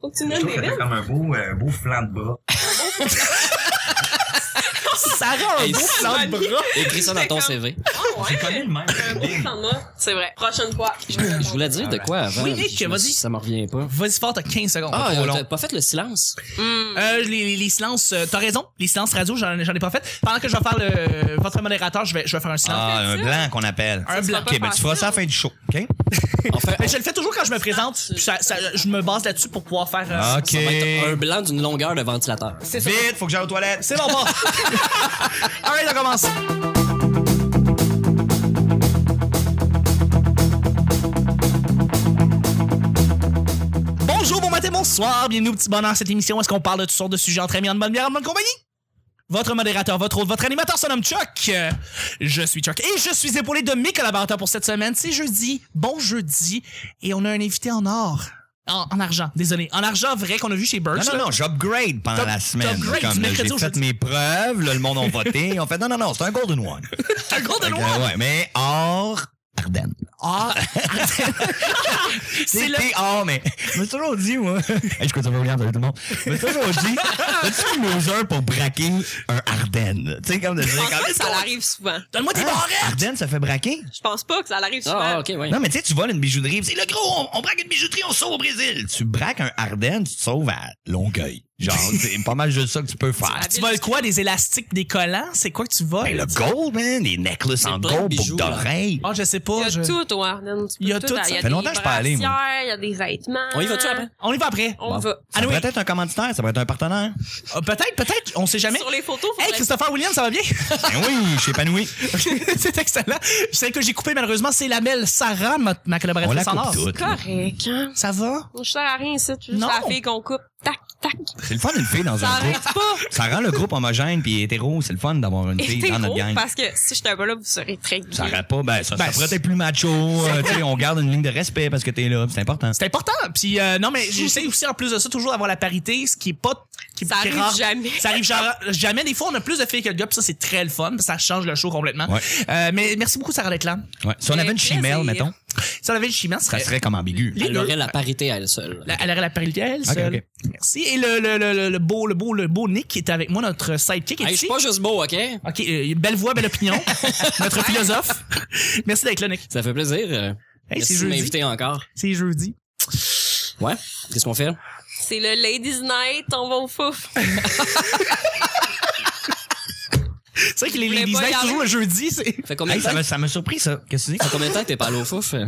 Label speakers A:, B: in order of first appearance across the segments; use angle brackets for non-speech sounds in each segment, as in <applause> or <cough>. A: Faut que tu
B: Je
A: notes
B: trouve
A: des
B: que t'as
A: lettres.
B: comme un beau, euh, beau flanc de bras.
C: Sarah, un
D: Hey,
C: beau plan de bras.
D: Écris ça dans ton
A: Comme-
D: CV.
A: Ah
B: J'ai connu
A: ouais.
B: le même.
A: Un beau
B: feeling.
A: plan de bras. C'est vrai. Prochaine fois. Je
D: Je voulais dire de quoi avant.
C: Ah, ben. Oui, Nick,
D: puis je me
C: vas-y.
D: suis- Ça m'en revient pas.
C: Vas-y fort, t'as 15 secondes.
D: Ah,
C: Trop long.
D: t'as pas fait
C: <laughs>
D: le silence?
A: Hmm.
C: Euh, les, les- les silences, euh, t'as raison, les silences radio, j'en j'en ai pas fait. Pendant que je vais faire le, votre modérateur, je vais, je vais faire un silence.
E: Ah, un blanc qu'on appelle.
C: un blanc.
A: pas
E: Ok, ben tu feras ça à la fin du show, ok?
D: Enfin,
C: Mais je le fais toujours quand je me présente, puis ça- ça- je me base là-dessus pour pouvoir faire. euh,
E: Ok.
D: un blanc d'une longueur de ventilateur.
C: C'est ça.
E: Vite, faut que j'aille aux toilettes.
C: C'est bon,
E: <laughs>
C: bon. Alright, on commence. Bonjour, bon matin, bonsoir. Bienvenue au petit bonheur. Cette émission, où est-ce qu'on parle de toutes sortes de sujets entre amis, en bonne bière, en bonne compagnie? Votre modérateur, votre hôte, votre animateur se nomme Chuck. Euh, Je suis Chuck et je suis épaulé de mes collaborateurs pour cette semaine. C'est jeudi, bon jeudi, et on a un invité en or. En, en argent, désolé. En argent vrai qu'on a vu chez
E: Non,
C: Birch.
E: non, non, j'upgrade pendant
C: T'up-
E: la semaine.
C: t'upgrades du
E: Comme là,
C: mercredi
E: j'ai
C: au
E: fait
C: jeudi.
E: mes preuves, là, le monde a voté. Ils ont fait, non, non, non, c'est un golden one.
C: Un gros de
E: Fait que,
C: loin.
E: ouais, mais hors Ardennes.
C: Ah. C'est
E: C'est
C: le
E: hors, mais <laughs> je me suis toujours dit, moi. <laughs> Hey, je compte sur William, salut tout le monde. Je me suis toujours dit, as-tu une loser pour braquer un Ardennes? Tu sais, comme de dire,
A: Je pense
E: quand
A: pas que Ah, ça
E: même,
A: l'arrive souvent.
C: Donne-moi tes
E: Hein?
C: barrettes!
E: Ardennes, ça fait braquer?
A: Je pense pas que ça l'arrive souvent.
D: Ah, ok, oui.
E: Non, mais tu sais, tu voles une bijouterie, pis c'est le gros, on, on braque une bijouterie, on sauve au Brésil. Tu braques un Ardennes, tu te sauves à Longueuil.
C: <laughs>
E: Genre, c'est pas mal juste ça que tu peux faire.
A: Ah,
C: Tu voles quoi? Des élastiques, des collants? C'est quoi que tu voles?
E: Ben, le gold, man, les necklaces en
D: plein de
E: gold,
D: bijoux,
E: boucles
D: là.
E: d'oreilles.
C: Ah, je sais
A: Il y
C: pas.
A: a
C: je-
A: tout au Arden.
C: Il y a tout, ça
A: Il y a
E: fait longtemps que je suis pas allé, moi.
A: brassières, Il y a des vêtements.
D: On y va-tu après?
C: On y va après.
A: hein. On va.
E: Ça
C: Anyway,
E: pourrait être un commanditaire, ça pourrait être un partenaire.
C: euh, peut-être, peut-être, on sait jamais.
A: Sur les photos, faut
C: Hey, Christopher
A: <laughs>
C: Williams, ça va bien?
E: Ben oui, je suis
C: <laughs>
E: épanoui.
C: c'est excellent. Celle que j'ai coupée, malheureusement, c'est la belle Sarah, ma, ma
E: On la
C: collaboratrice en
E: coupe
C: or.
E: toute. là.
A: Correct, hein?
C: Ça va?
A: Je sers à rien ici. Je
C: Non.
A: la fille qu'on coupe. Tac, tac.
E: C'est le fun d'une fille dans
A: Ça
E: un groupe.
A: arrête pas.
E: Ça rend le groupe homogène puis hétéro. C'est le fun d'avoir une
A: Et
E: fille
A: t'es
E: dans notre
A: gros,
E: gang.
A: parce que si j'étais pas là, vous serez très gay.
E: Ça arrête pas. Ben, ça,
C: Ben,
E: ça pourrait être plus macho. euh, tu sais, on garde une ligne de respect parce que t'es là. puis C'est important.
C: C'est important. Puis, euh, non, mais j'essaie aussi, en plus de ça, toujours d'avoir la parité, ce qui est pas. Qui,
A: Ça
C: qui est
A: arrive
C: rare.
A: jamais.
C: Ça arrive genre- jamais. Des fois, on a plus de filles que de gars, puis ça, c'est très le fun. puis Ça change le show complètement.
E: Ouais.
C: Euh, mais merci beaucoup, Sarah, d'être là.
E: Ouais. Si on avait une
A: plaisir.
E: chimelle, mettons,
C: Si on avait le chimère, ce
E: ça
C: serait
E: serait comme ambigu.
C: Les
D: Elle
C: deux.
D: aurait la parité à elle seule.
C: La- elle aurait la parité à elle seule.
E: ok.
C: Merci. Et le, le, le, le- le beau, le beau, le beau Nick qui est avec moi, notre sidekick. est
D: Hey, je
C: ici.
D: suis pas juste beau, ok?
C: Ok, euh, belle voix, belle
D: <laughs>
C: opinion. notre philosophe. Merci d'être là, Nick.
D: Ça fait plaisir. euh,
C: Hey,
D: merci
C: c'est
D: de
C: jeudi.
D: m'inviter encore.
C: C'est jeudi.
D: Ouais. Qu'est-ce qu'on fait?
A: C'est le Ladies Night, on va au fouf.
C: C'est vrai que les
A: voulais
C: ladies
A: pas y
C: night
A: aller.
C: toujours le jeudi, c'est. <laughs>
D: Fait combien
E: Hey,
D: de
E: ça
D: temps?
E: m'a ça m'a surpris, ça. Qu'est-ce que tu dis?
D: fait combien de temps que t'es pas allé au fouf? euh?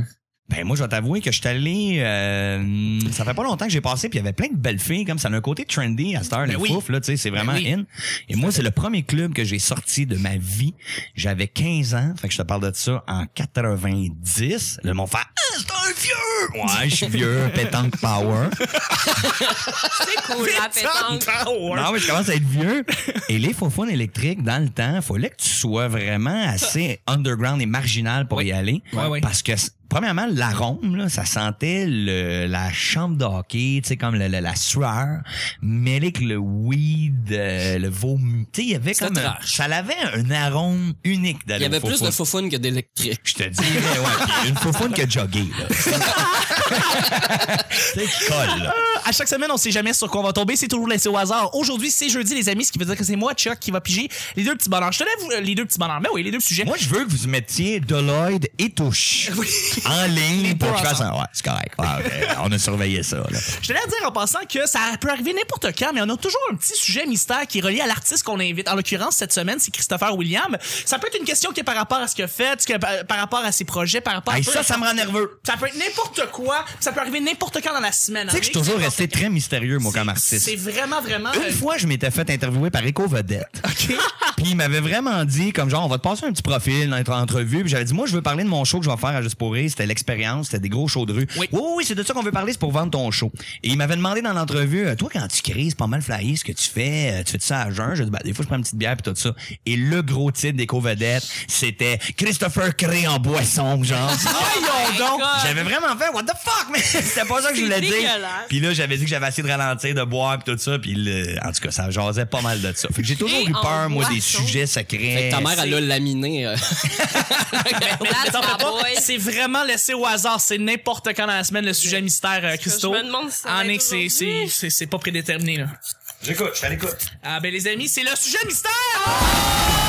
E: Ben, moi, je vais t'avouer que je suis allé. euh, ça fait pas longtemps que j'ai passé, puis il y avait plein de belles filles. Comme ça, a un côté trendy à cette heure,
C: Ben
E: les
C: oui.
E: fouf, là, tu sais, c'est vraiment
C: Ben oui.
E: in. Et moi, c'est le premier club que j'ai sorti de ma vie. J'avais 15 ans, fait que je te parle de ça en 90. Là, mon frère, ah, c'est un vieux! Ouais, je suis vieux, pétanque power.
A: C'est cool, la pétanque.
E: Non, mais je commence à être
D: <laughs>
E: vieux. Et les faux électriques, dans le temps, fallait que tu sois vraiment assez underground et marginal pour y aller.
C: Ouais, ouais.
E: Parce que, premièrement, la ronde, là, ça sentait le, la chambre de hockey, tu sais, comme le- le- la sueur, mêlée avec le weed, euh, le vomi. Tu sais, il y avait
D: C'était
E: comme... un-
D: trash.
E: ça avait un arôme unique
D: Il
E: d'aller
D: y avait
E: au
D: plus
E: faux-fou.
D: de foufoune que d'électrique.
E: Je te dirais, ouais. puis Une foufoune qui a joggé,
D: <laughs>
E: là. <laughs> tu sais, qui colle, là.
C: À chaque semaine, on sait jamais sur quoi on va tomber. C'est toujours laissé au hasard. Aujourd'hui, c'est jeudi, les amis, ce qui veut dire que c'est moi, Chuck, qui va piger les deux petits bonheurs. Je te lève euh, les deux petits bonheurs. Mais oui, les deux sujets.
E: Moi, je veux que vous mettiez Deloitte et
C: <laughs>
E: Touche en ligne pour que je fasse un. Ouais, c'est correct. Ouais, ouais, on a surveillé ça. Là.
C: Je tenais à dire en passant que ça peut arriver n'importe quand, mais on a toujours un petit sujet mystère qui est relié à l'artiste qu'on invite. En l'occurrence, cette semaine, c'est Christopher William. Ça peut être une question qui est par rapport à ce qu'il a fait, ce que- par, par rapport à ses projets, par rapport à...
E: Hey,
C: peu-
E: ça, ça me rend nerveux.
C: Ça peut être n'importe quoi, ça peut arriver n'importe quand dans la semaine. hein.
E: Tu sais que je suis toujours resté très mystérieux, moi, comme
C: C'est
E: artiste.
C: vraiment, vraiment... euh,
E: Une fois, je m'étais fait interviewer par Eco Vedette.
C: <laughs> OK.
E: <laughs> Puis il m'avait vraiment dit, comme genre, on va te passer un petit profil dans notre entrevue. Puis j'avais dit, moi, je veux parler de mon show que je vais faire à Juste pour Rire. C'était l'expérience, c'était des gros shows de rue.
C: Oui.
E: oui, oui, c'est de ça qu'on veut parler, c'est pour vendre ton show. Et il m'avait demandé dans l'entrevue, euh, toi, quand tu crées, c'est pas mal flyé ce que tu fais. Euh, Tu fais ça à jeun? J'ai dit, bah, des fois, je prends une petite bière puis tout ça. Et le gros titre des vedettes c'était Christopher crée en boisson,
C: <laughs>
E: genre.
C: Oh
E: Voyons donc!
A: God!
E: J'avais vraiment fait, what the fuck, mais <laughs> c'était pas ça que je
A: C'est
E: voulais dire.
A: dégueulasse.
E: Puis là, j'avais dit que j'avais essayé de ralentir, de boire puis tout ça. Puis le- en tout cas, ça jasait pas mal de ça. Fait que j'ai toujours
A: Et
E: eu
A: en
E: peur, moi, des
A: boisson.
C: Eh,
E: sujets secrets.
D: Fait que ta mère, elle l'a laminé. euh.
A: That's my boy.
C: C'est vraiment vraiment laissé au hasard. C'est n'importe quand dans la semaine le sujet mystère, euh, Christo.
A: je me demande si ça va
C: En
A: être
C: est que c'est- c'est
A: aujourd'hui.
C: c'est- c'est pas prédéterminé, là.
B: J'écoute, je suis à l'écoute.
C: Ah ben les amis, c'est le sujet mystère!
E: Ah!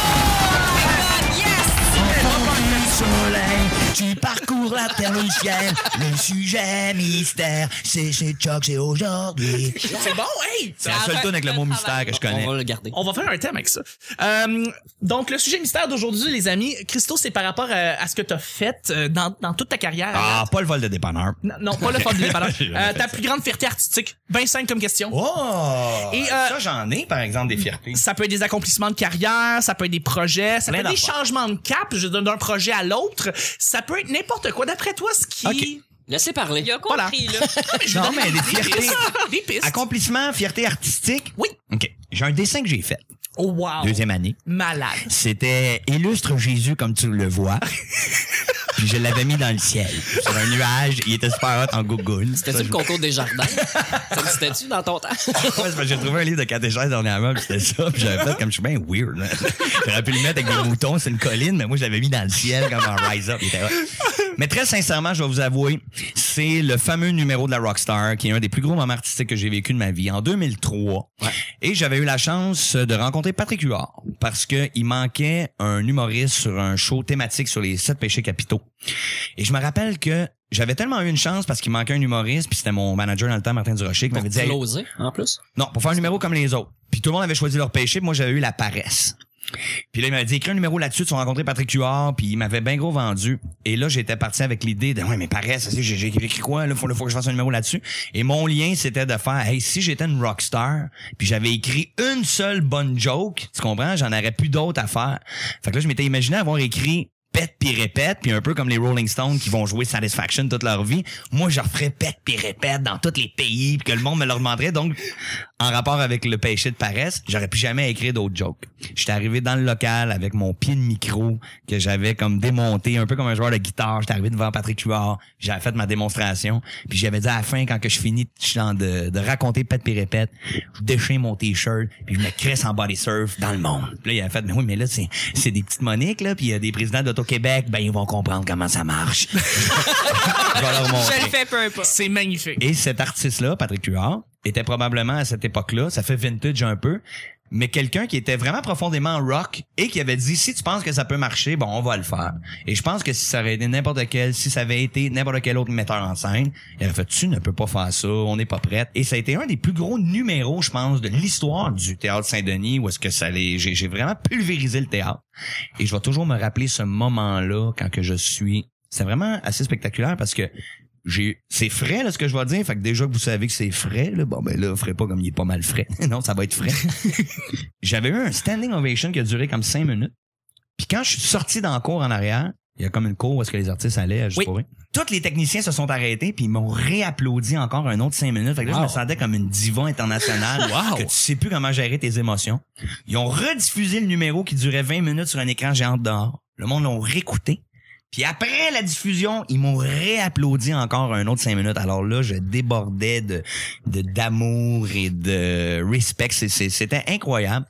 E: soleil, tu parcours la terre, le ciel. Le sujet mystère, c'est chez Chuck, c'est aujourd'hui.
C: C'est bon, hey!
E: C'est la seule
A: Arrête
E: tune avec le
A: le
E: mot mystère que je connais.
D: On va le garder.
C: On va faire un thème avec ça. Euh, donc, le sujet mystère d'aujourd'hui, les amis, Christo, c'est par rapport à, à ce que t'as fait euh, dans, dans toute ta carrière.
E: Ah, pas le vol de dépanneur.
C: Non, non,
E: <laughs>
C: pas le fond du dépanneur.
E: J'ai jamais
C: Euh,
E: fait
C: ta plus grande fierté artistique. 25 comme question.
E: Oh!
C: Et, euh,
E: ça, j'en ai, par exemple, des fiertés.
C: Ça peut être des accomplissements de carrière, ça peut être des projets, ça
E: Plein
C: peut être des
E: d'affaires.
C: changements de cap je veux dire, d'un projet à l'autre. Ça peut être n'importe quoi. D'après toi, ce qui...
E: Ok.
C: <laughs>
D: Laissez parler.
A: Il a compris, là.
C: Mais je
E: Non,
C: veux dire,
E: mais des fiertés.
C: Des pistes.
E: Accomplissement, fierté artistique.
C: Oui.
E: OK. J'ai un dessin que j'ai fait,
C: Oh, wow.
E: deuxième année.
C: Malade.
E: C'était Illustre Jésus comme tu le vois. Puis je l'avais mis dans le ciel, sur un nuage. Il était super hot en gougoune.
D: C'était-tu le concours
C: <laughs>
D: des jardins? Ça existait-tu dans ton temps?
E: <laughs> Ouais, c'est parce que j'ai trouvé un livre de catéchèse dernièrement, puis c'était ça, puis j'avais fait comme je suis bien weird. là. J'aurais pu le mettre avec des moutons sur une colline, mais moi je l'avais mis dans le ciel comme un rise up. il était hot. Mais très sincèrement, je vais vous avouer, c'est le fameux numéro de la Rockstar qui est un des plus gros moments artistiques que j'ai vécu de ma vie en 2003. Et j'avais eu la chance de rencontrer Patrick Huard parce que il manquait un humoriste sur un show thématique sur les sept péchés capitaux. Et je me rappelle que j'avais tellement eu une chance parce qu'il manquait un humoriste, puis c'était mon manager dans le temps, Martin Durocher, qui m'avait dit Hey,
D: Closé, en plus.
E: non, pour faire un numéro comme les autres. Puis tout le monde avait choisi leur péché, puis moi j'avais eu la paresse. Puis là, il m'avait dit, écris un numéro là-dessus, tu vas rencontrer Patrick Huard, puis il m'avait bien gros vendu. Et là, j'étais parti avec l'idée de, ouais, mais paresse, c'est- j'ai j'ai écrit quoi, là, faut, faut que je fasse un numéro là-dessus. Et mon lien, c'était de faire, hey, si j'étais une rockstar, puis j'avais écrit une seule bonne joke, tu comprends, j'en aurais plus d'autres à faire. Fait que là, je m'étais imaginé avoir écrit pète puis répète, puis un peu comme les Rolling Stones qui vont jouer Satisfaction toute leur vie. Moi, je referais pète puis répète dans tous les pays, puis que le monde me le demanderait. Donc, en rapport avec le péché de paresse, j'aurais plus jamais écrit d'autres jokes. J'étais arrivé dans le local avec mon pied de micro que j'avais comme démonté, un peu comme un joueur de guitare. J'étais arrivé devant Patrick Huard, j'avais fait ma démonstration, puis j'avais dit à la fin, quand que je finis de, de raconter pète puis répète, je déchire mon t-shirt, puis je me crisse en body surf dans le monde. Puis là, il a fait, mais oui, mais là, c'est c'est des petites moniques, là, puis il y a des présidents d'Auto-Québec, ben, ils vont comprendre comment ça marche. <laughs> je vais leur montrer.
A: Je le fais peu importe.
C: C'est magnifique.
E: Et cet artiste-là, Patrick Huard, était probablement à cette époque-là, ça fait vintage un peu, mais quelqu'un qui était vraiment profondément rock et qui avait dit si tu penses que ça peut marcher, bon, on va le faire. Et je pense que si ça avait été n'importe quel, si ça avait été n'importe quel autre metteur en scène, il aurait fait tu ne peux pas faire ça, on n'est pas prête. Et ça a été un des plus gros numéros, je pense, de l'histoire du théâtre Saint-Denis où est-ce que ça les j'ai j'ai vraiment pulvérisé le théâtre. Et je vais toujours me rappeler ce moment-là quand que je suis. C'est vraiment assez spectaculaire parce que j'ai c'est frais là ce que je vais dire fait que déjà que vous savez que c'est frais là bon ben là ferez pas comme il est pas mal frais <laughs> non ça va être frais j'avais eu un standing ovation qui a duré comme cinq minutes puis quand je suis sorti dans la cour en arrière il y a comme une cour où est-ce que les artistes allaient à Juste
C: Oui.
E: pour rire. tous les techniciens se sont arrêtés puis ils m'ont réapplaudi encore un autre cinq minutes fait que là je me
D: Wow.
E: sentais comme une diva internationale
D: <laughs> Wow.
E: que tu sais plus comment gérer tes émotions ils ont rediffusé le numéro qui durait 20 minutes sur un écran géant dehors le monde l'ont réécouté puis après la diffusion, ils m'ont réapplaudi encore un autre cinq minutes. Alors là, je débordais de de- d'amour et de respect. C'est- c'est- C'était incroyable.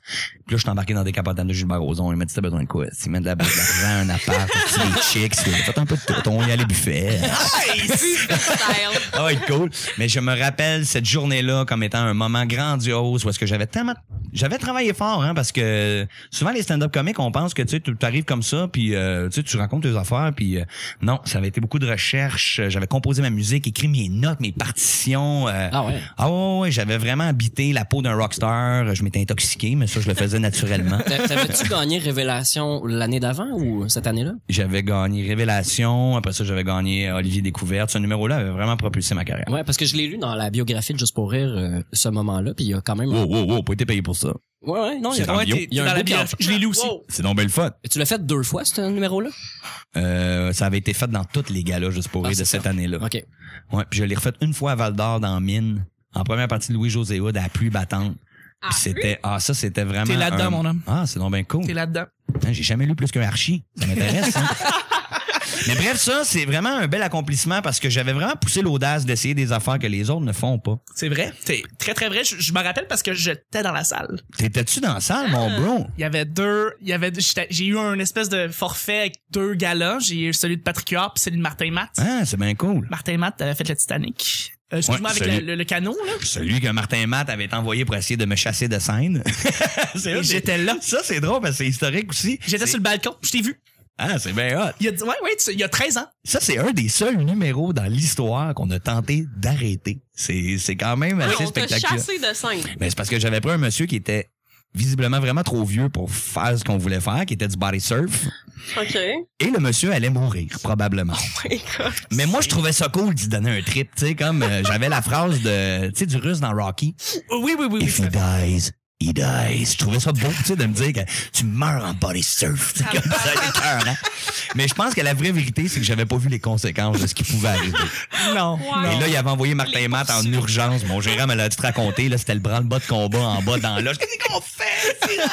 E: Puis là, je suis embarqué dans des capotanes de Gilbert Rozon. Il m'a dit, t'as besoin de quoi? Il m'a dit, de la- de l'argent, un appart, <laughs> t'as-tu des chicks, t'as fait un peu de tout. On y allait buffet.
A: Style.
E: <laughs> Ah ouais, cool. Mais je me rappelle cette journée-là comme étant un moment grandiose où est-ce que j'avais tellement... J'avais travaillé fort, hein, parce que souvent les stand-up comiques, on pense que tu sais, tu arrives comme ça, puis euh, tu sais, tu rencontres tes affaires, puis euh, non, ça avait été beaucoup de recherches. J'avais composé ma musique, écrit mes notes, mes partitions. euh,
D: Ah ouais.
E: ah ouais, ouais, j'avais vraiment habité la peau d'un rockstar. Je m'étais intoxiqué, mais ça, je le faisais naturellement.
D: T'a- T'avais-tu gagné Révélation l'année d'avant ou cette année-là?
E: J'avais gagné Révélation. Après ça, j'avais gagné Olivier Découverte. Ce numéro-là avait vraiment propulsé ma carrière.
D: Ouais, parce que je l'ai lu dans la biographie de Juste pour rire, euh, ce moment-là, puis il y a quand même...
E: Wow, wow, wow, pas été payé pour ça.
D: Ouais, ouais, non, il y a-
E: dans le bio.
C: t'es-
D: Il y a
C: t'es dans
D: un
C: la
D: beau
C: biographie. Je l'ai lu aussi.
A: Wow.
E: C'est donc belle fun.
D: Tu l'as fait deux fois, ce numéro-là?
E: Euh, ça avait été fait dans toutes les galas juste pour
D: Ah,
E: rire de
D: c'est
E: cette
D: ça.
E: année-là.
D: OK.
E: Ouais, puis je l'ai refait une fois à Val d'Or dans Mine, en première partie de Louis José Hood à la pluie battante.
A: Ah,
E: Puis c'était ah ça c'était vraiment
C: T'es là-dedans,
E: un-
C: mon homme.
E: Ah, c'est donc bien cool.
C: T'es là-dedans. <laughs>
E: Hein, J'ai jamais lu plus qu'un archi. Ça m'intéresse. hein. Mais bref, ça, c'est vraiment un bel accomplissement parce que j'avais vraiment poussé l'audace d'essayer des affaires que les autres ne font pas.
C: C'est vrai. C'est très, très vrai. Je, je me rappelle parce que j'étais dans la salle.
E: T'étais-tu dans la salle,
C: Ah.
E: mon bro?
C: Il y avait deux. Il y avait. j'étais- J'ai eu un espèce de forfait avec deux galas. J'ai eu celui de Patrick Huard puis celui de Martin Matt.
E: Ah, c'est bien cool.
C: Martin et Matt, t'avais fait le Titanic. Euh, Excuse-moi,
E: Ouais,
C: avec
E: celui-
C: la- le, le canot, là.
E: Celui que Martin Matt avait envoyé pour essayer de me chasser de scène. <laughs> C'est
C: Et
E: un des-
C: j'étais là.
E: Ça, c'est drôle parce que c'est historique aussi.
C: J'étais
E: C'est-
C: sur le balcon, je t'ai vu.
E: Ah, c'est bien hot.
C: Il y a, ouais, ouais, tu- il y a 13 ans.
E: Ça, c'est un des seuls numéros dans l'histoire qu'on a tenté d'arrêter. C'est c'est quand même
A: Oui,
E: assez
A: on t'a
E: spectaculaire.
A: chassé de scène.
E: Mais c'est parce que j'avais pris un monsieur qui était visiblement vraiment trop vieux pour faire ce qu'on voulait faire, qui était du body surf.
A: OK.
E: Et le monsieur allait mourir, probablement.
C: Oh,
A: Écoute.
E: Mais moi, je trouvais ça cool d'y donner un trip, tu sais, comme euh, j'avais la phrase de, tu sais, du russe dans Rocky.
C: Oui, oui, oui. oui.
E: If he dies, he dies. Je trouvais ça beau, tu sais, de me dire que tu meurs en body surf. C'est comme ça, c'est écœurant. Mais je pense que la vraie vérité, c'est que j'avais pas vu les conséquences de ce qui pouvait arriver.
C: Non.
A: Wow.
E: Et là, il avait envoyé Martin
A: Les
E: Matt en
A: poursuites.
E: urgence. Mon gérant me l'a dit de raconter, là, c'était le branle-bas de combat en bas dans l'âge. Qu'est-ce qu'on fait? <laughs> C'est là,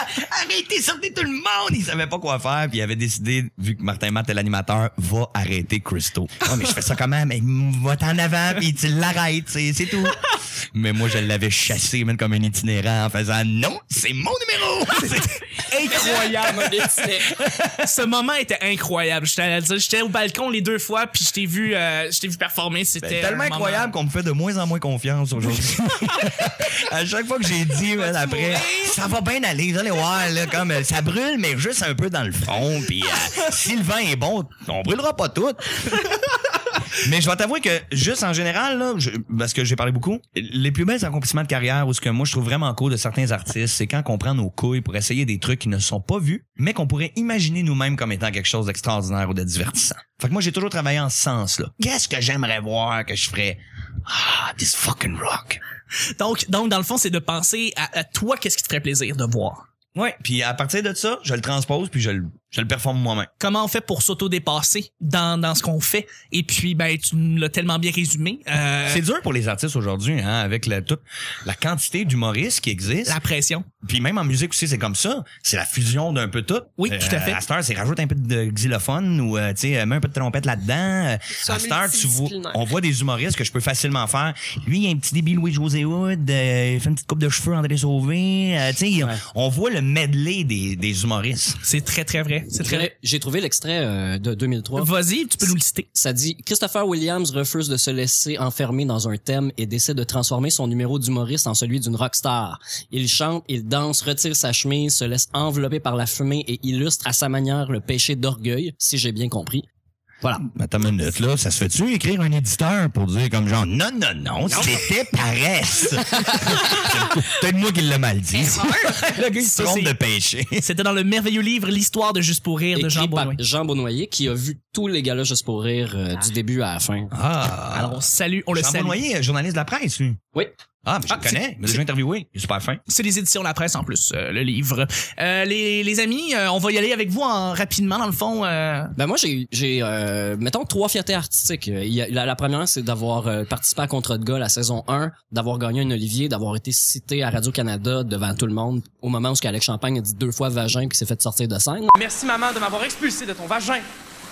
E: Arrêtez, sortez tout le monde! Il savait pas quoi faire, puis il avait décidé, vu que Martin Matt est l'animateur, va arrêter Christo. Oh, mais je fais ça quand même, mais va en avant, puis tu l'arrêtes, c'est c'est tout. Mais moi, je l'avais chassé, même comme un itinérant, en faisant non, c'est mon <laughs> numéro! <laughs>
C: Incroyable. Ce moment était incroyable. J'étais à dire, j'étais au balcon les deux fois, puis je t'ai vu, euh, je t'ai vu performer. C'était
E: C'est
C: un
E: Ben, tellement
C: moment-
E: incroyable qu'on me fait de moins en moins confiance aujourd'hui. à chaque fois que j'ai dit man, après, ça va bien aller, vous allez voir, là, comme euh, ça brûle, mais juste un peu dans le front. Puis euh, si le vent est bon, on brûlera pas tout. Mais je vais t'avouer que juste en général, là, je- parce que j'ai parlé beaucoup, les plus belles accomplissements de carrière ou ce que moi je trouve vraiment cool de certains artistes, c'est quand on prend nos couilles pour essayer des trucs qui ne sont pas vus, mais qu'on pourrait imaginer nous-mêmes comme étant quelque chose d'extraordinaire ou de divertissant. Fait que moi j'ai toujours travaillé en ce sens-là. Qu'est-ce que j'aimerais voir que je ferais? Ah, this fucking rock.
C: Donc, donc, dans le fond, c'est de penser à, à toi, qu'est-ce qui te ferait plaisir de voir.
E: Ouais. Puis à partir de ça, je le transpose puis je le, je le performe moi-même.
C: Comment on fait pour s'auto-dépasser dans, dans ce qu'on fait. Et puis, ben, tu me l'as tellement bien résumé. Euh,
E: C'est dur pour les artistes aujourd'hui, hein, avec la, toute la quantité d'humoristes qui existe.
C: la pression.
E: Puis même en musique aussi, c'est comme ça. C'est la fusion d'un peu tout. Euh,
C: Oui, tout à fait.
E: À cette heure, c'est rajoute un peu de xylophone ou euh, tu sais, mets un peu de trompette là-dedans. Euh,
A: sont
E: À cette heure, tu vois,
A: multidisciplinaires.
E: on voit des humoristes que je peux facilement faire. Lui, il a un petit débit Louis José Hood, euh, il fait une petite coupe de cheveux André Sauvé. Euh, tu sais, il- on voit le medley des, des humoristes.
C: C'est très, très vrai. C'est très vrai.
D: J'ai trouvé l'extrait euh, de 2003.
C: Vas-y, tu peux nous le citer.
D: Ça dit Christopher Williams refuse de se laisser enfermer dans un thème et décide de transformer son numéro d'humoriste en celui d'une rockstar. Il chante, il danse, retire sa chemise, se laisse envelopper par la fumée et illustre à sa manière le péché d'orgueil, si j'ai bien compris. Voilà.
E: Attends Ben, une minute, là, ça se fait-tu écrire un éditeur pour dire comme genre, non, non, non, c'était <laughs> paresse. Peut-être moi qui l'ai mal
A: Euh,
E: dit. <laughs> le gars, il se
C: Ça,
E: trompe
C: c'est-
E: de péché.
C: C'était dans le merveilleux livre L'histoire de Juste pour rire de
D: Écrit
C: Jean
D: par
C: Baudouin.
D: Jean Bonnoyer, qui a vu tous les galas juste pour rire euh, du début à la fin.
E: Ah.
C: Alors, on salue, on le
E: Jean
C: salue.
E: Bonnoyer, journaliste de la presse, lui.
D: Oui.
E: Ah, mais je
C: Ah,
E: le connais. Il m'a déjà interviewé. Il est super fin.
C: C'est les éditions La Presse en plus, euh, le livre. Euh, les, les amis, euh, on va y aller avec vous en, rapidement dans le fond. euh,
D: Ben moi j'ai j'ai euh, mettons trois fiertés artistiques. Euh, il y a- la, la première c'est d'avoir euh, participé à Contre de Gaulle la saison 1, d'avoir gagné un Olivier, d'avoir été cité à Radio Canada devant tout le monde au moment où ce qu'Alex Champagne a dit deux fois vagin puis s'est fait sortir de scène.
F: Merci maman de m'avoir expulsé de ton vagin.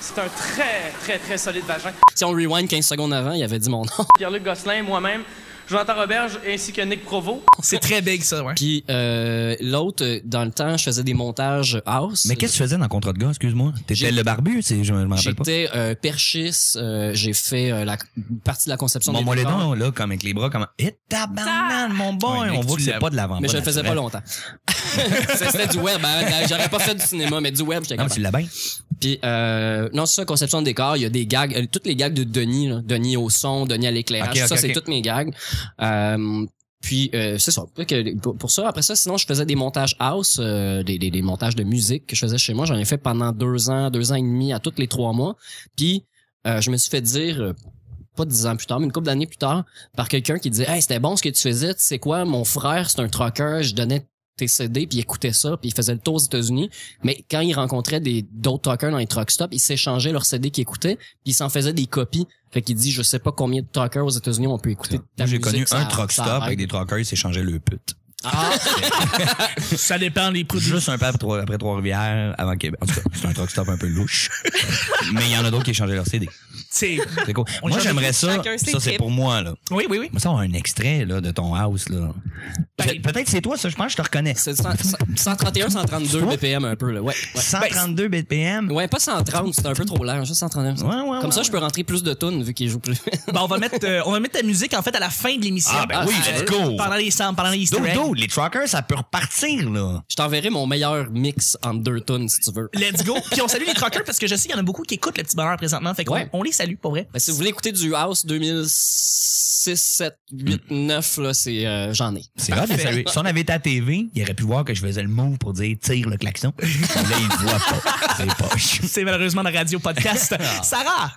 F: C'est un très très très solide vagin.
D: Si on rewind 15 secondes avant, il avait dit mon nom. <laughs>
F: Pierre-Luc Gosselin, moi-même, Jonathan Roberge ainsi que Nick Provo.
C: c'est très big
E: <laughs>
C: ça, ouais.
D: Puis euh, l'autre euh, dans le temps, je faisais des montages house.
E: Mais qu'est-ce que tu faisais dans Contrat de gars, excuse-moi? T'étais
D: J'ai-
E: le barbu, c'est, je me rappelle pas.
D: J'étais euh, perchiste, euh, j'ai fait euh, la partie de la conception
E: Bon,
D: des
E: moi, les
D: décors.
E: dents, là, comme avec les bras, comme, eh, tabarnak, mon bon,
C: Ouais, mais
E: on
C: que
E: voit
C: tu
E: que c'est
C: l'as-
E: pas de l'avant.
D: mais je
E: de
D: le faisais pas
E: l'arrière. <laughs>
D: longtemps. C'était du web. hein. J'aurais pas fait du cinéma, mais du web, j'étais
E: Non, mais
D: capable.
E: tu l'as bien.
D: Puis euh, non, c'est ça, conception de décor, il y a des gags, euh, toutes les gags de Denis, là. Denis au son, Denis à l'éclairage,
E: Ok, ok,
D: ça c'est
E: ok.
D: toutes mes gags. Euh, puis euh, c'est ça. Fait que Pour pour ça, après ça, sinon je faisais des montages house, euh, des, des, des montages de musique que je faisais chez moi. J'en ai fait pendant deux ans, deux ans et demi, à tous les trois mois. Puis euh, je me suis fait dire, euh, pas dix ans plus tard, mais une couple d'années plus tard, par quelqu'un qui disait, hey c'était bon ce que tu faisais, tu sais quoi, mon frère c'est un trucker, je donnais tes CD puis il écoutait ça puis il faisait le tour aux États-Unis mais quand il rencontrait des d'autres truckers dans les truck stops, ils s'échangeaient leurs CD qu'ils écoutaient, puis ils s'en faisaient des copies. Fait qu'il dit je sais pas combien de truckers aux États-Unis on peut écouter. de ta
E: Moi, j'ai
D: musique,
E: connu
D: ça-
E: un truck
D: ça
E: stop
D: arrête.
E: avec des truckers, ils s'échangeaient le pute.
C: Ça dépend des produits.
E: Juste un peu après Trois- après Trois-Rivières, avant Québec. En tout cas, c'est un truck stop un peu louche.
A: <laughs>
E: Mais il y en a d'autres qui échangeaient leur CD.
C: C'est-
E: C'est cool.
C: On
E: Moi,
C: change
E: j'aimerais ça.
A: Chacun ses
E: Ça, c'est
A: tips.
E: pour moi, là.
C: Oui, oui, oui.
E: Moi, ça, on a un extrait, là, de ton house, là. Pe-
C: Ben-
E: Peut-être c'est toi, ça, je pense que je te reconnais. Ben,
D: C'est 100 131, 132
E: Ouais.
D: BPM un peu, là. Ouais. ouais.
E: 132
A: Ben,
E: BPM.
D: Ouais, pas 130, c'est un peu trop large, juste 131.
E: Ouais, ouais,
D: Comme
E: ouais,
D: ça,
E: ouais.
D: je peux rentrer plus de tunes vu qu'il joue plus. <laughs>
C: Ben, on va mettre, euh, on va mettre ta musique, en fait, à la fin de l'émission. euh,
E: Ah, ben oui, let's go.
C: Pendant les samples, pendant les easter
E: Dude,
C: eggs.
E: dude, les truckers, ça peut repartir, là.
D: je t'enverrai mon meilleur mix en deux tunes si tu veux.
C: Let's go. Puis on salue les truckers parce que je sais qu'il y en a beaucoup qui écoutent le petit bonheur présentement. Fait qu'on
D: Ouais.
C: on les salue, pour vrai.
D: Ben, si vous voulez écouter du House 2006, 7, 8, 9, là, c'est, euh, j'en ai.
E: C'est rare de les saluer. Si on avait été à TV, il aurait pu voir que je faisais le move pour dire tire
A: <laughs>
E: le klaxon. là, il voit pas. C'est poche.
C: C'est malheureusement la radio <laughs> podcast. Ah. Sarah!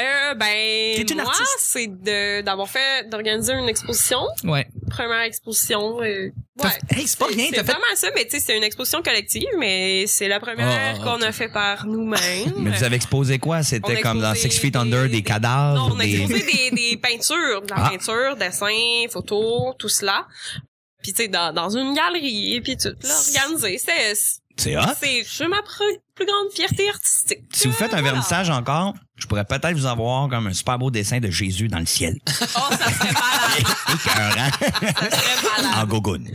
A: Euh, ben,
C: T'es une
A: moi,
C: artiste.
A: c'est de- d'avoir fait, d'organiser une exposition,
C: Ouais.
A: première exposition. euh,
C: T'as-
A: ouais.
E: hein,
C: Hey, c'est pas rien,
A: C'est
C: t'as fait.
A: vraiment ça, mais tu sais, c'est une exposition collective, mais c'est la première
D: Ah,
A: qu'on a fait par nous-mêmes.
E: Mais vous avez exposé quoi?
A: On
E: C'était
A: a
E: comme dans
A: exposé
E: Six Feet Under, des,
A: des-
E: cadavres,
A: Non, on a
E: des...
A: exposé des, des peintures, de la
E: Ah.
A: peinture, dessin, photo, tout cela. Puis tu sais, dans, dans une galerie, puis tout là, organisé. C'est,
E: C'est hot.
A: c'est, je ma pre- plus grande fierté
E: <laughs>
A: artistique.
E: Si vous faites un
A: Voilà.
E: vernissage encore, je pourrais peut-être vous avoir comme un super beau dessin de Jésus dans le ciel.
A: Oh, ça serait malade,
E: <laughs> Écœurant.
A: ça serait malade.
E: en Ben, gogoune.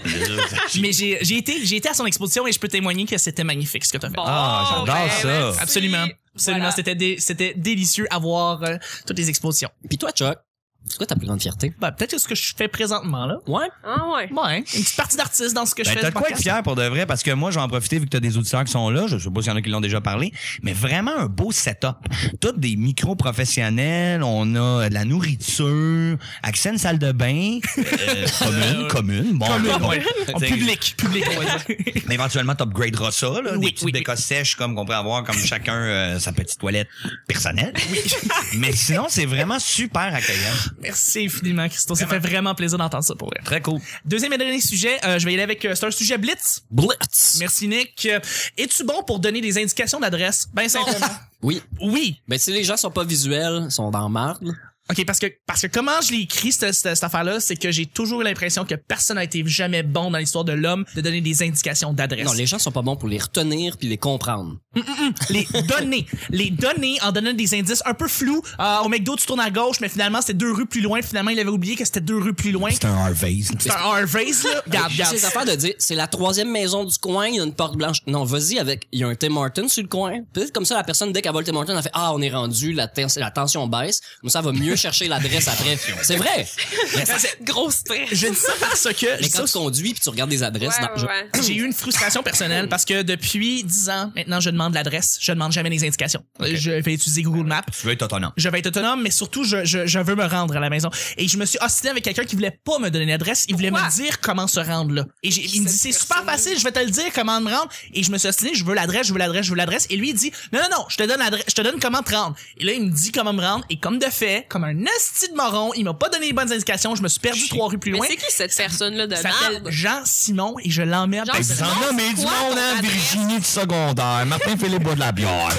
C: Mais j'ai j'ai été, j'ai été à son exposition et je peux témoigner que c'était magnifique ce que t'as fait.
A: Bon, ben,
E: Ah, j'adore ça.
A: merci.
C: Absolument. Absolument.
A: Voilà.
C: C'était dé- c'était délicieux à voir euh, toutes les expositions.
D: Puis toi, Chuck, c'est quoi ta plus grande fierté?
C: Ben, peut-être que ce que je fais présentement, là.
D: Ouais.
A: Ah ouais.
C: Ouais. Une petite partie d'artiste dans ce que je
E: Ben,
C: fais.
E: t'as
C: du
E: de quoi être
C: podcast.
E: fier pour de vrai, parce que moi, je vais en profiter vu que t'as des auditeurs qui sont là. Je sais pas s'il y en a qui l'ont déjà parlé, mais vraiment un beau setup. Toutes des micros professionnels, on a de la nourriture, accès à une salle de bain, euh, commune, commune, bon,
C: Commune,
E: bon.
C: ouais. En
E: T'sais,
C: public. Public, on va dire.
E: Mais éventuellement, t'upgraderas ça, là,
C: Oui,
E: des petites
C: oui,
E: bécosses sèches comme qu'on peut avoir, comme chacun euh, sa petite toilette personnelle. Oui. <laughs> mais sinon, c'est vraiment super accueillant.
C: <laughs> Merci infiniment, Christo. Ça fait vraiment plaisir d'entendre ça pour vrai.
E: Très cool.
C: Deuxième et dernier sujet, euh, je vais y aller avec. euh, c'est un sujet blitz.
D: Blitz!
C: Merci, Nick. Euh, Es-tu bon pour donner des indications d'adresse? Ben, simplement.
D: Oui.
C: oui.
D: Ben, si les gens sont pas visuels, sont dans marde.
C: OK, parce que, parce que comment je l'ai écrit, cette, cette, cette affaire-là, c'est que j'ai toujours eu l'impression que personne n'a été jamais bon dans l'histoire de l'homme de donner des indications d'adresse.
D: Non, les gens sont pas bons pour les retenir puis les comprendre.
C: les données. Les données en donnant des indices un peu flous. Euh, au McDo, tu tournes à gauche, mais finalement, c'était deux rues plus loin. Finalement, il avait oublié que c'était deux rues plus loin.
E: C'est un Harvey's. là.
C: C'est un Harvey's, là.
A: Ah,
C: Regarde,
D: <laughs>
C: regarde.
D: ces affaires de dire, c'est la troisième maison du coin, il y a une porte blanche. Non, vas-y avec, il y a un Tim Martin sur le coin. Peut-être comme ça, la personne, dès qu'elle voit le Tim Martin, elle fait, ah, on est rendu, la, tens- la tension baisse. Comme ça, elle va mieux chercher
A: <laughs>
D: l'adresse après. C'est vrai.
A: Grosse stress.
C: Je dis ça parce que... je
D: Mais
C: dis ça
D: quand tu conduis puis tu regardes des adresses,
A: Ouais,
D: non, je-
A: ouais.
C: j'ai eu une frustration personnelle parce que depuis 10 ans, maintenant, je demande l'adresse. Je demande jamais les indications. Je vais utiliser Google Maps.
E: Tu veux être autonome.
C: Je vais être autonome, mais surtout, je, je, je veux me rendre à la maison. Et je me suis ostiné avec quelqu'un qui voulait pas me donner l'adresse. Il voulait
A: Pourquoi?
C: me dire comment se rendre là. Et j'ai- il me dit, c'est
A: Cette
C: super
A: personne-là.
C: facile, je vais te le dire comment me rendre. Et je me suis ostiné, je veux l'adresse, je veux l'adresse, je veux l'adresse. Et lui, il dit, non, non, non, je te donne l'adresse, je te donne comment te rendre. Et là, il me dit comment me rendre. Et comme de fait, comme un asti de moron, il m'a pas donné les bonnes indications. Je me suis perdu trois rues plus
A: Mais
C: loin.
A: c'est qui cette personne-là de
C: Il s'appelle
A: merde?
C: Jean-Simon et je l'emmerde.
A: Jean-
E: Hey,
C: parce-
E: vous
A: Non,
E: en nommez
A: c'est
E: du
A: quoi
E: monde,
A: ton
E: hein?
A: adresse?
E: Virginie du secondaire, Martin-Philippe Bois de la bière.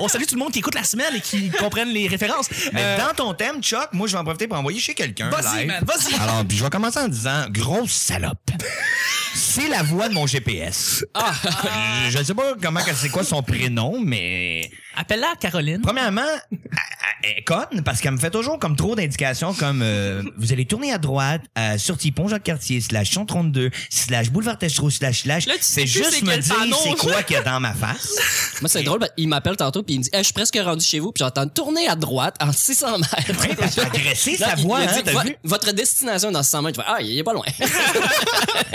C: On salue tout le monde qui écoute la semaine et qui comprennent les références.
E: <laughs> Mais
C: Euh,
E: dans ton thème, Chuck, moi, je vais en profiter pour envoyer chez quelqu'un.
C: Vas-y,
E: live.
C: man, <laughs> vas-y.
E: Alors, puis je vais commencer en disant, grosse salope. C'est la voix de mon GPS. Ah. Je sais pas comment, c'est quoi son prénom, mais
C: Appelle-la Caroline.
E: premièrement, elle- elle est conne parce qu'elle me fait toujours comme trop d'indications comme euh, vous allez tourner à droite euh, sur Tipon Jacques Cartier slash 132 slash boulevard Techereau slash slash.
A: Là, tu sais
E: C'est
A: plus
E: juste
A: c'est
E: me
A: quel
E: dire
A: panneau.
E: c'est quoi qu'il y a dans ma face.
A: <laughs>
D: Moi, c'est drôle, ben, il m'appelle tantôt puis il me dit, Hey, je suis presque rendu chez vous puis j'entends tourner à droite en 600 mètres.
E: Hey, t'as agressé
D: Là,
E: sa
D: il-
E: voix,
D: il a
E: hein,
D: dit,
E: t'as
D: Vo-
E: vu?
D: Votre destination est dans 600 mètres. Je fais, Ah, il est pas loin.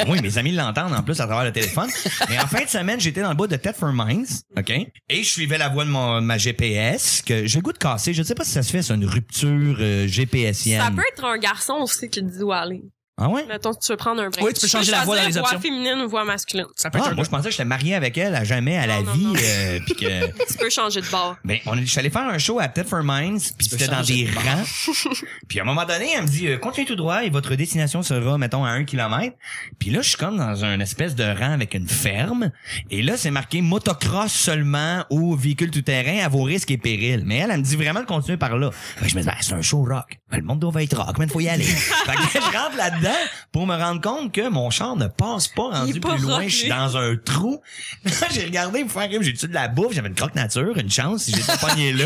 E: Oui, mes amis l'entendent en plus à travers le téléphone. Mais en fin de semaine, j'étais dans le bois de Thetford Mines, OK? Et je suivais la voie de mon, ma GPS, que j'ai le goût de casser. Je ne sais pas si ça se fait, c'est une rupture euh, GPSienne.
A: Ça peut être un garçon aussi qui dit où aller.
E: Ah ouais?
A: Mettons, tu veux prendre un break.
C: Oui, tu peux changer la voix dans les
A: choisir
C: options.
A: voix féminine ou voix masculine.
C: Ça peut être
E: Ah,
C: un
E: moi, je pensais que j'étais marié avec elle à jamais, à la
A: Non, non,
E: vie.
A: non.
E: euh, puis que...
A: Tu peux changer de bord.
E: Ben, on est, je suis allé faire un show à Thetford Mines, puis
D: peux
E: c'était dans des
D: changer de
E: rangs.
D: <laughs>
E: puis à un moment donné, elle me dit, euh, continuez tout droit et votre destination sera, mettons, à un kilomètre. Puis là, je suis comme dans un espèce de rang avec une ferme. Et là, c'est marqué motocross seulement ou véhicule tout-terrain à vos risques et périls. Mais elle, elle me dit Ah,
D: <laughs>
E: vraiment de continuer par là. Fait que je me dis, ben, c'est un show rock. Ben, le monde doit être rock, mais il faut y aller. fait que je rentre là-dedans, dedans pour me rendre compte que mon char ne passe pas rendu
A: est
E: plus
A: pas
E: loin.
A: rodé.
E: Je suis dans un trou. <laughs> Là, j'ai regardé pour faire comme j'ai-tu de la bouffe, j'avais une croque nature, une chance si j'étais pogné là.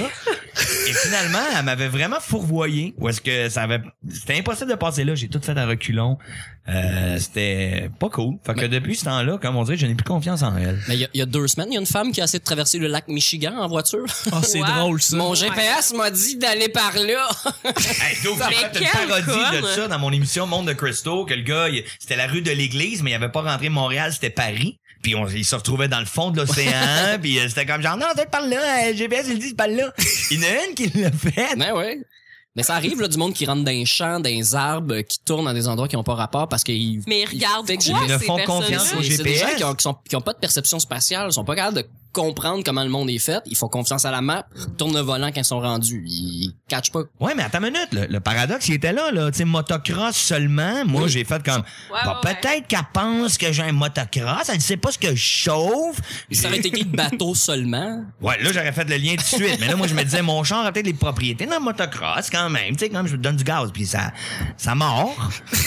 E: Et finalement, elle m'avait vraiment fourvoyé. Ou est-ce que ça avait. C'était impossible de passer là. J'ai tout fait à reculons. Euh, c'était pas cool. Fait que depuis ce temps-là, comme on dirait, je n'ai plus confiance en elle.
D: <laughs> Mais il y a- il y, a deux semaines, il y a une femme qui a essayé de traverser le lac Michigan en voiture.
C: Ah, c'est
A: Wow.
C: drôle, ça.
D: <laughs> Mon GPS m'a dit d'aller par là.
E: Hey, donc,
A: Mais
E: j'ai fait une
A: quel
E: parodie de
A: con.
E: ça dans mon émission Monde de Crystal, que le gars, il- c'était la rue de l'église, mais il avait pas rentré Montréal, c'était Paris. Puis on, il se retrouvait dans le fond de l'océan, puis euh, c'était comme genre, non, c'est par là, euh, GPS, il dit, c'est par là. Il y en a une qui l'a fait.
D: <laughs> ben ouais. Mais ça arrive, là, du monde qui rentre dans les champs, dans les arbres, qui tourne dans des endroits qui n'ont pas rapport parce qu'ils...
A: Mais
D: ils-
A: regarde,
D: fait que
A: quoi,
E: ils ne
A: ces
E: font
A: personnes-là?
D: C'est-
E: confiance au
D: C'est des gens
E: GPS.
D: qui ont, qui sont- qui ont pas de perception spatiale, sont pas capables de comprendre comment le monde est fait. Ils font confiance à la map, tournent le volant quand ils sont rendus. Ils catchent pas.
E: Ouais, mais attends une minute, le, le paradoxe, il était là, là. Tu sais, motocross seulement. Moi, j'ai fait comme,
A: Ouais,
E: bah,
A: ouais, ouais.
E: peut-être qu'elle pense que j'ai un motocross, elle sait pas ce que je chauffe.
D: Ça aurait été écrit bateau seulement.
E: Ouais, là, j'aurais fait le lien tout de suite. Mais là, moi, je me disais, mon char a peut-être les propriétés d'un motocross quand même. Tu sais, quand même, je te donne du gaz, puis ça, ça mord.
A: Tu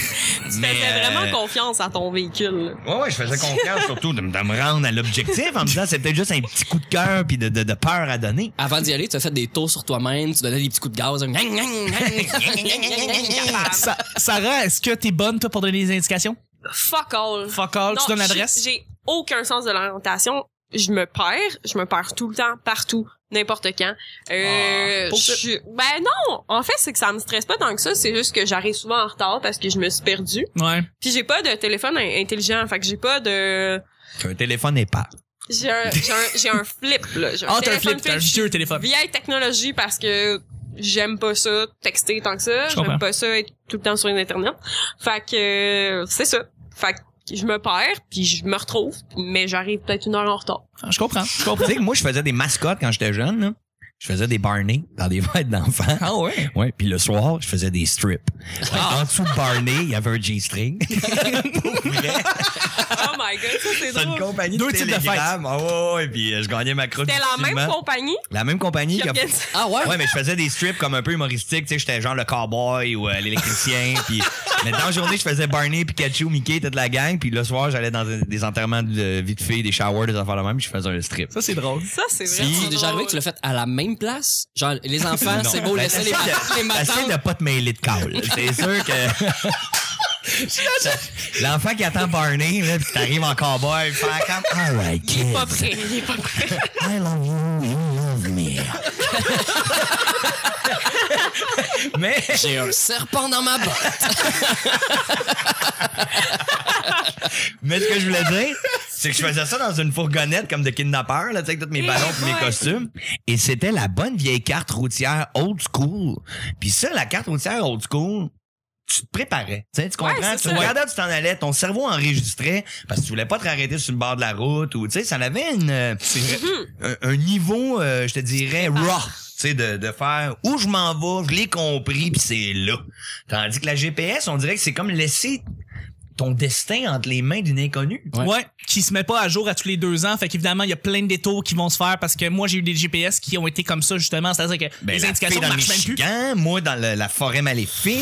A: faisais
C: euh,
A: vraiment confiance à ton véhicule.
E: Ouais, ouais, je <laughs> faisais confiance surtout de, me- de me rendre à l'objectif en me disant, c'est peut-être juste un petit coup de cœur puis de, de, de peur à donner.
D: Avant d'y aller, tu as fait des tours sur toi-même, tu donnais des petits coups de gaz. hein, gnang, gnang, gnang, gnang.
C: Sa- Sarah, est-ce que t'es bonne, toi, pour donner des indications?
A: Fuck all.
C: Fuck all,
A: Non,
C: tu donnes
A: j'ai-
C: l'adresse?
A: J'ai aucun sens de l'orientation. Je me perds. Je me perds tout le temps, partout, n'importe quand. Euh,
C: Ah, pauvre
A: je- ben non! En fait, c'est que ça me stresse pas tant que ça. C'est juste que j'arrive souvent en retard parce que je me suis perdue.
C: Ouais.
A: Puis j'ai pas de téléphone in- intelligent. Fait que j'ai pas de...
E: Un téléphone n'est pas.
A: J'ai un, j'ai un, j'ai un flip, là. J'ai
C: Ah, t'as un
A: téléphone
C: flip, t'as un vieux téléphone.
A: vieille technologie parce que j'aime pas ça texter tant que ça
C: Je comprends.
A: j'aime pas ça être tout le temps sur internet fait que euh, c'est ça fait que je me perds puis je me retrouve mais j'arrive peut-être une heure en retard
C: Ah, Je comprends, je
E: Tu
C: comprends.
E: sais que moi, je faisais des mascottes quand j'étais jeune, là. Je faisais des Barney dans des <laughs> fêtes d'enfants.
C: Ah ouais?
E: Ouais, puis le soir, je faisais des strips. En dessous de Barney, il y avait un G-string. Pour vrai.
A: oh my god ça c'est
E: C'est une
A: drôle
E: compagnie
C: Deux
E: de
C: types de fêtes.
E: Telegram. Ah ouais, ouais, puis euh, je gagnais ma croûte.
A: c'était la même
E: difficilement.
A: compagnie
E: La même compagnie
A: qui
E: que...
A: organisait-
D: Ah ouais?
E: Ouais, mais je faisais des strips comme un peu humoristiques, tu sais, j'étais genre le cowboy ou euh, l'électricien, puis mais dans la journée, je faisais Barney, Pikachu, Mickey, toute la gang, puis le soir, j'allais dans des- des enterrements de vie de filles, des showers, des affaires de même, puis je faisais un strip.
C: Ça, c'est drôle.
A: ça c'est
D: C'est
A: vraiment
D: déjà arrivé que tu l'as fait à la même place? Genre, les enfants,
E: Non.
D: Ah, c'est beau,
E: Ben,
D: laissez les,
E: t'essaies
D: matins,
E: de-
D: les
E: t'essaies
D: matins.
E: de pas te mêler de câble. C'est sûr que. L'enfant qui attend Barney, là, pis t'arrives en cowboy, faire comme. Ah ouais,
A: drôle.
E: kids,
A: pas prêt il est pas prêt
E: I love you, you love me. Mais.
D: J'ai un serpent dans ma botte.
E: Mais ce que je voulais dire, c'est que je faisais ça dans une fourgonnette comme de kidnappeur, là, tu sais, avec tous mes ballons et mes costumes. Et c'était la bonne vieille carte routière old school. Puis ça, la carte routière old school, tu te préparais. Tu sais, tu comprends?
A: Ouais, c'est
E: tu
A: ça.
E: regardais où tu t'en allais, ton cerveau enregistrait parce que tu voulais pas te arrêter sur le bord de la route ou, tu sais, ça avait une, euh, un, un niveau, euh, je te dirais,
A: Ah.
E: raw. Tu sais, de, de faire où je m'en vais, je l'ai compris, puis c'est là. Tandis que la GPS, on dirait que c'est comme laisser ton destin entre les mains d'une inconnue.
D: Ouais.
C: Ouais. qui se met pas à jour à tous les deux ans. Fait qu'évidemment, il y a plein de détours qui vont se faire parce que moi, j'ai eu des GPS qui ont été comme ça, justement. C'est-à-dire que
E: Ben,
C: les
E: la fille
C: indications
E: dans le
C: marchent même plus.
E: Michigan, moi dans le- la forêt maléfique.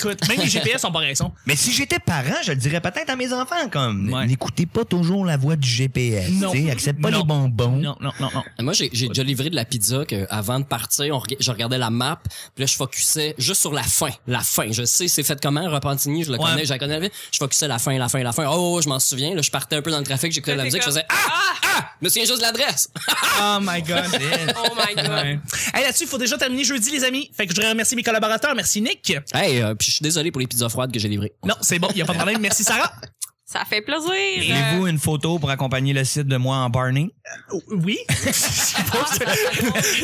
C: Écoute, même les GPS ont pas raison.
E: Mais si j'étais parent, je le dirais peut-être à mes enfants comme
C: Ouais.
E: n'écoutez pas toujours la voix du GPS,
C: Non.
E: tu sais, accepte pas
C: Non.
E: les bonbons.
C: Non, non, non, non.
D: Moi, j'ai j'ai déjà livré de la pizza que, avant de partir, on rega- je regardais la map, puis là, je focusais juste sur la fin. La fin. Je sais, c'est fait comment, Repentigny, je le
C: Ouais.
D: connais, je la connais. Je focusais la fin, la fin, la fin. Oh, je m'en souviens. Là, je partais un peu dans le trafic, j'écoutais de la
A: T'étais
D: musique, je
A: comme,
D: faisais Ah! Ah! Je me souviens juste de l'adresse.
C: Oh my god.
A: oh my god
C: Ouais. Hey, là-dessus, il faut déjà terminer jeudi, les amis. Fait que je voudrais remercier mes collaborateurs. Merci, Nick.
D: hey, euh, puis je suis désolé pour les pizzas froides que j'ai livrées.
C: Non, c'est bon, il a pas de problème.
E: <laughs>
C: Merci, Sarah.
A: ça fait plaisir
E: Voulez-vous une photo pour accompagner le site de moi en <laughs> Barney?
C: O- Oui.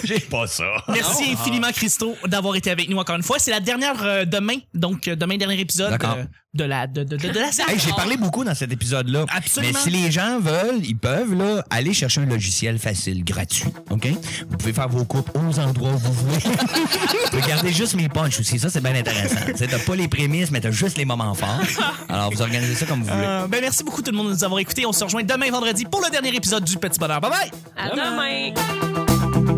E: J'ai pas ça.
C: Merci infiniment, Christo, d'avoir été avec nous encore une fois. C'est la dernière euh, demain, donc euh, demain, dernier épisode
E: D'accord.
C: euh, de la, de, de, de, de la série.
E: Hey, j'ai parlé beaucoup dans cet épisode-là.
C: Absolument.
E: Mais si les gens veulent, ils peuvent là, aller chercher un logiciel facile, gratuit. OK? Vous pouvez faire vos coupes aux endroits où vous voulez. <laughs> vous pouvez garder juste mes punchs aussi. Ça, c'est bien intéressant. Tu sais, T'as pas les prémices, mais t'as juste les moments forts. Alors, vous organisez ça comme vous voulez.
C: Euh, ben merci beaucoup tout le monde de nous avoir écoutés. On se rejoint demain vendredi pour le dernier épisode du Petit Bonheur. Bye bye!
A: Euh, à demain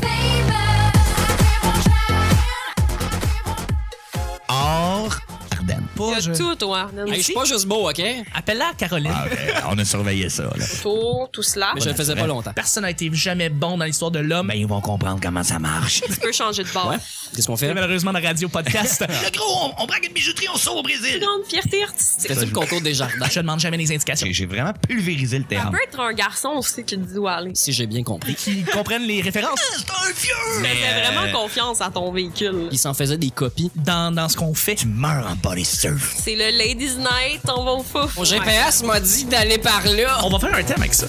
C: je-
A: tout, toi, Arden.
D: Hey, je suis pas juste beau, OK? Mais
C: Appelle-la Caroline.
E: Ah, ben, on a surveillé ça, là.
A: Tout, tout cela.
D: je le faisais pas longtemps.
C: Personne n'a été jamais bon dans l'histoire de l'homme.
E: Ben, ils vont comprendre comment ça marche.
A: Tu peux changer de bord.
D: Ouais. Qu'est-ce qu'on fait?
C: Et Malheureusement, la
E: <laughs>
C: radio podcast.
E: Le gros, on, on braque une bijouterie, on sort au Brésil.
A: Grande fierté artistique.
D: C'était le concours
C: <laughs>
D: des jardins,
C: je demande jamais les indications.
E: J'ai j'ai vraiment pulvérisé le
A: Ça
E: terme.
A: peut être un garçon aussi qui te dit où aller.
D: si j'ai bien compris.
C: Qui comprennent les références
E: C'est un vieux!
A: Mais
E: Mais,
A: fais
E: euh,
A: vraiment confiance à ton véhicule.
D: Il s'en faisait des copies.
C: dans, dans ce qu'on fait.
E: Tu meurs en body surf.
A: C'est le Ladies Night, on va au fouf.
D: Mon GPS m'a dit d'aller par là.
C: On va faire un thème avec ça.